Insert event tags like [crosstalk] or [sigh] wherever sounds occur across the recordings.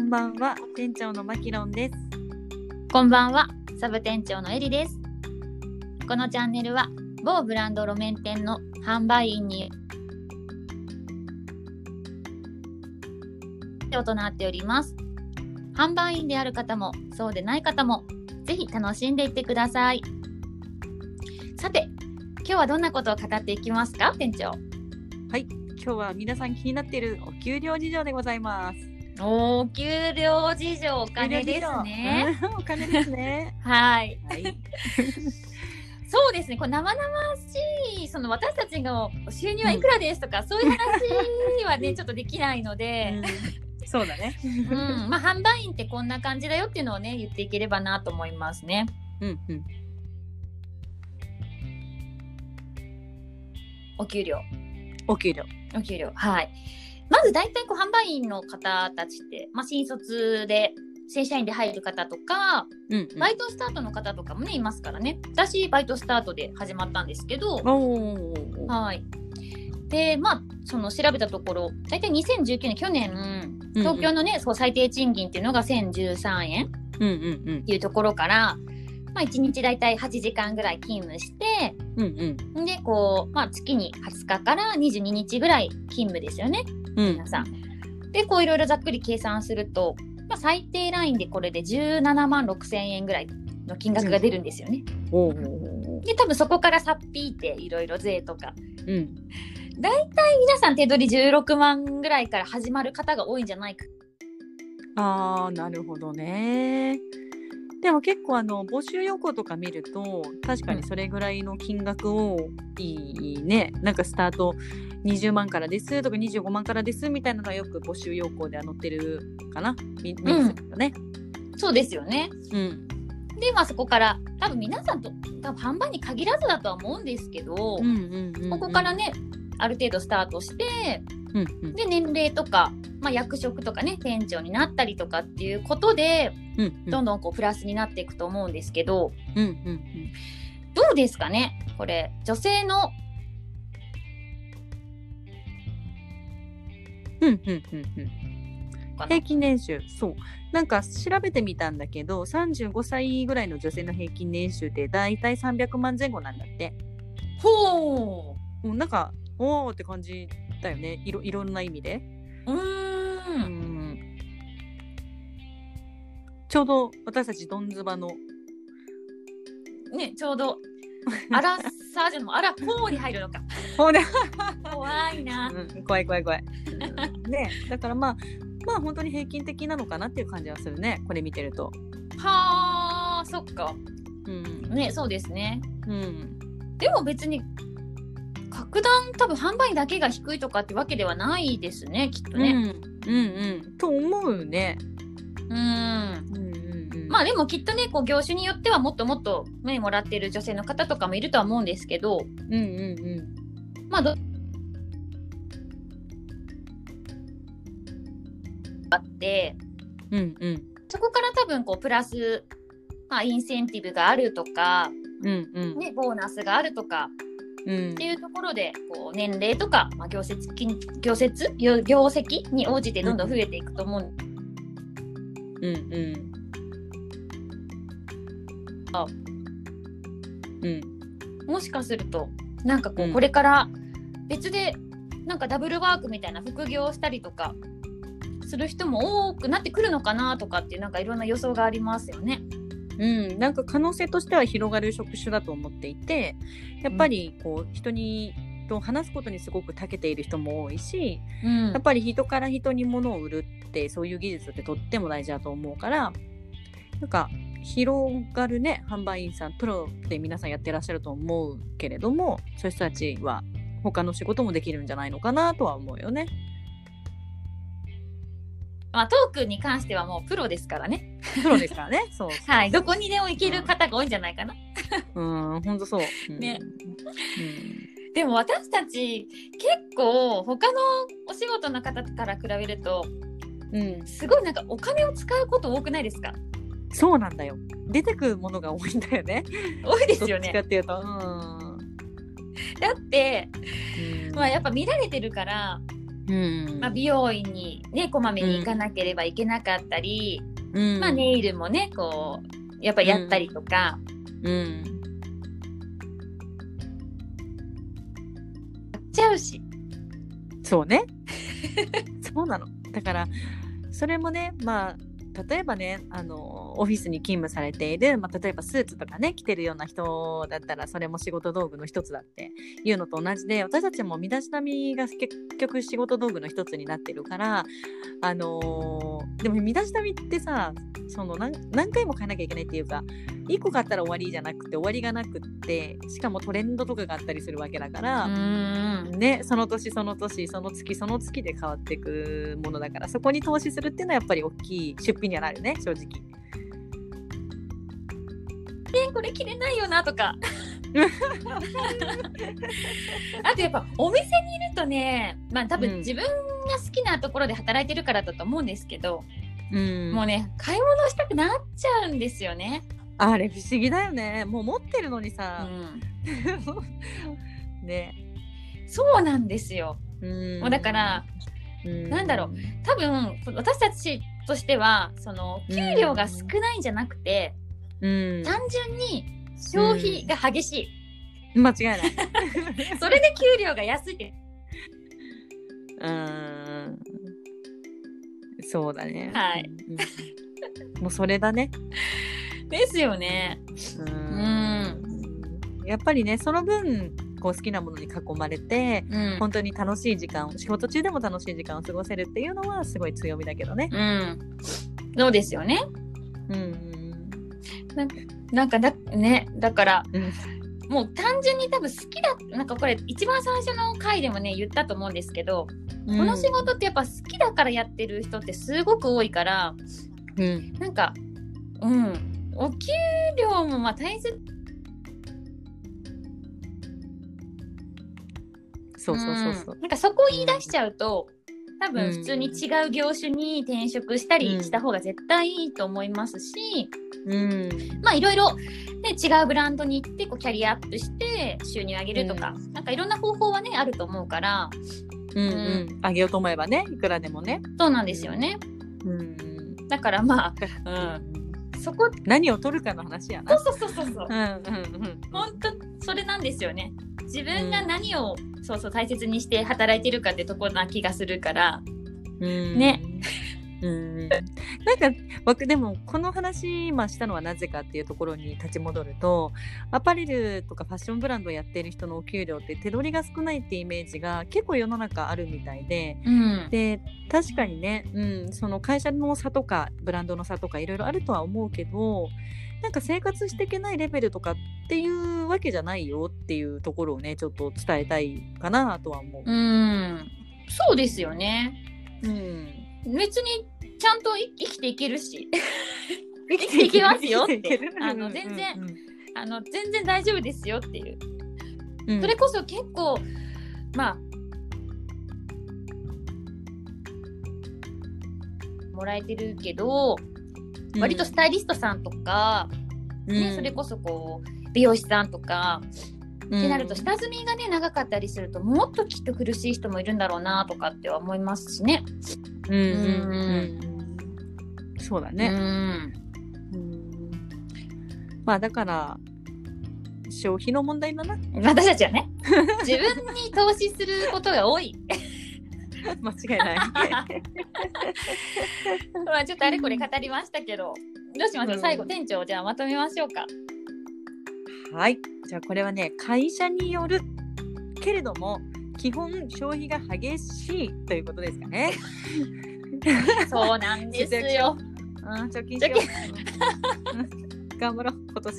んばんは、店長のマキロンです。こんばんは、サブ店長のエリです。このチャンネルは某ブランド路面店の販売員にとなっております。販売員である方もそうでない方もぜひ楽しんでいってください。さて、今日はどんなことを語っていきますか、店長。今日は皆さん気になっているお給料事情でございます。おお給料事情お金ですね。。給料事情。うんお金ですねはい。はい。そうですね、こう生々しい、その私たちの収入はいくらですとか、そういう話は [laughs] ね、ちょっとできないので、うんそうだね。うん、まあ販売員ってこんな感じだよっていうのをね、言っていければなと思いますね。うんうん。お給料、お給料。お給料、はい。まず大体こう販売員の方たちって、まあ新卒で。正社員で入る方とか、うん、うんバイトスタートの方とかもね、いますからね。私、バイトスタートで始まったんですけど、おお。はい。で、まあ、その調べたところ、大体2019年、去年、東京のね、そう最低賃金っていうのが1013円っうんうんていうところから、まあ、1日大体8時間ぐらい勤務して、うんうんうんで、こう、まあ、月に20日から22日ぐらい勤務ですよね、うん皆さん。で、こう、いろいろざっくり計算すると、まあ、最低ラインでこれで17万6千円ぐらいの金額が出るんですよね。おおで、多分そこからさっぴいて、いろいろ税とかうん大体皆さん手取り16万ぐらいから始まる方が多いんじゃないか。ああなるほどねでも結構あの募集要項とか見ると確かにそれぐらいの金額をいいねなんかスタート20万からですとか25万からですみたいなのがよく募集要項では載ってるかなみ目にするとねそうですよね。うんで、まあそこから、多分皆さんと、多分販売に限らずだとは思うんですけど、うんうんうんうんここからね、ある程度スタートして、うんうんで、年齢とか、まあ役職とかね、店長になったりとかっていうことで、うんどんどんこうプラスになっていくと思うんですけど、うんうんどうですかねこれ、女性の、うんうんうんうんうんかな平均年収そうなんか調べてみたんだけど35歳ぐらいの女性の平均年収ってだいたい300万前後なんだってほもうなんかおーって感じだよねいろいろんな意味でううー。うんんちょうど私たちドンズバのね、ちょ [laughs] うど、アラサージュの、アラフォーに入るのか。ほら、怖いな。うん、怖い怖い怖い、うんねだからまあまあ本当に平均的なのかなっていう感じはするねこれ見てるとはあ、そっか。うんね、そうですね。うんでも別に、格段、多分販売員だけが低いとかってわけではないですね、きっとうん、ね。うんうんと思うねうん。うんうんうんまあでもきっとね、こう業種によってはもっともっと目もらってる女性の方とかもいるとは思うんですけど、うんうんうんまあど、あって、うんうんそこから多分こうプラス、まあ、インセンティブがあるとか、うんうんね、ボーナスがあるとかうんっていうところでこう年齢とか、まあ、業績金業績業業績に応じてどんどん増えていくと思う、うんうんあうんもしかするとなんかこううんこれから別でなんかダブルワークみたいな副業をしたりとかする人も多くなってくるのかなとかっていうなんかいろんな予想がありますよね。うん、なんか可能性としては広がる職種だと思っていてやっぱりこう人にと話すことにすごく長けている人も多いしうんやっぱり人から人に物を売るってそういう技術ってとっても大事だと思うからなんか広がるね販売員さんプロで皆さんやってらっしゃると思うけれどもそういう人たちは他の仕事もできるんじゃないのかなとは思うよね。まあ、トークに関してはもうプロですからね、プロですからね。そうそうはい、どこにでも行ける方が多いんじゃないかな。うん、本当そう。うんね。でも私たち結構他のお仕事の方から比べるとうん。うんすごいなんかお金を使うこと多くないですかそうなんだよ。出てくるものが多いんだよね。多いですどよっちかねっていうと。うん。だって、まあ、やっぱ、ぱ見られてるからううんまあ、美容院にねこまめに行かなければいけなかったり、うんまあ、ネイルもねこうやっぱやったりとか、うんやっちゃうし、そうね。 [laughs] そうなの。だから、それもね、まあ、例えばね、あの、オフィスに勤務されている、まあ、例えばスーツとかね、着てるような人だったら、それも仕事道具の一つだっていうのと同じで、私たちも身だしなみが結局仕事道具の一つになってるから、あのーでも身だしなみってさ、その何何回も変えなきゃいけないっていうか、一個買ったら終わりじゃなくて、終わりがなくって、しかもトレンドとかがあったりするわけだから、うんね、その年その年その月その月で変わっていくものだからそこに投資するっていうのはやっぱり大きい出費にはなるね正直えこれ着れないよなと [laughs] かあとやっぱお店にいるとねまあ多うん分自分が好きなところで働いてるからだと思うんですけど、うんももううね買い物したくなっちゃうんですよね。あれ不思議だよねもう持ってるのにうさ、ん、 [laughs] ねそうなんですようんもうだから、うんなんだろう多分私たちとしてはそのうん給料が少ないんじゃなくて、うん単純に消費が激しい、間違いないそれで給料が安いってうんそうだねはい、うんもうそれだねですよね。ううんんやっぱりねその分こう好きなものに囲まれてうん本当に楽しい時間を仕事中でも楽しい時間を過ごせるっていうのはすごい強みだけどね。うん、そうですよね。うんなんかだねだからうんもう単純に多分好きだなんかこれ一番最初の回でもね言ったと思うんですけど、うん、この仕事ってやっぱ好きだからやってる人ってすごく多いからうんなんかうんお給料もまあ大切そうそうそうそう。んなんかそこを言い出しちゃうと多分普通に違う業種に転職したりした方が絶対いいと思いますし、うんまあいろいろ、ね、違うブランドに行ってこうキャリアアップして収入上げるとか、なんかいろんな方法はねあると思うからうんうんあげようと思えばねいくらでもね。そうなんですよねうんだからまうあ、んうん、そこ何を取るかの話やそな。うそうそうそうそううんうん本当それなんですよね自分が何を、そうそう大切にして働いてるかってとこな気がするからうんうんね。うん、なんかわくでもこの話今したのはなぜかっていうところに立ち戻るとアパレルとかファッションブランドをやっている人のお給料って手取りが少ないってイメージが結構世の中あるみたいで、うんで確かにね、うん、その会社の差とかブランドの差とかいろいろあるとは思うけどなんか生活していけないレベルとかっていうわけじゃないよっていうところをねちょっと伝えたいかなとは思うんそうですよねう。うん、別にちゃんとい生きていける [laughs] し生きていけますよって生きていけるあの全然うんうんあの全然大丈夫ですよっていううんそれこそ結構まあもらえてるけど割とスタイリストさんとか、ね、それこそこう美容師さんとか、そっってなると下積みがね長かったりするともっときっと苦しい人もいるんだろうなとかっては思いますしね。うんうんううんそうだうね。んうんまあだから消費の問題だな [laughs] 私たちはね自分に投資することが多い間違い [laughs] ない。まあちょっとあれこれ語りましたけどどうしましょううん最後店長じゃあまとめましょうか。はい。じゃあこれはね、会社によるけれども、基本消費が激しいということですかね。そうなんですよ。うん、 [laughs] 貯金しよう。うん頑張ろう、今年。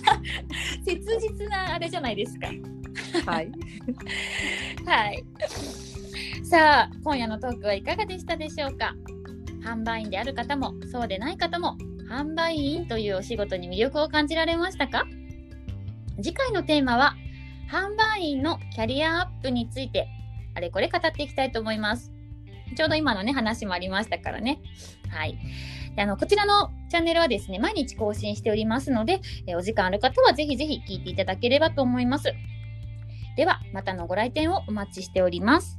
[laughs] [laughs] 切実なあれじゃないですか。はい。はい。さあ、今夜のトークはいかがでしたでしょうか販売員である方も、そうでない方も、販売員というお仕事に魅力を感じられましたか次回のテーマは、販売員のキャリアアップについて、あれこれ語っていきたいと思います。ちょうど今のね、話もありましたからね。はい。であの、こちらのチャンネルはですね、毎日更新しておりますので、えお時間ある方はぜひぜひ聞いていただければと思います。では、またのご来店をお待ちしております。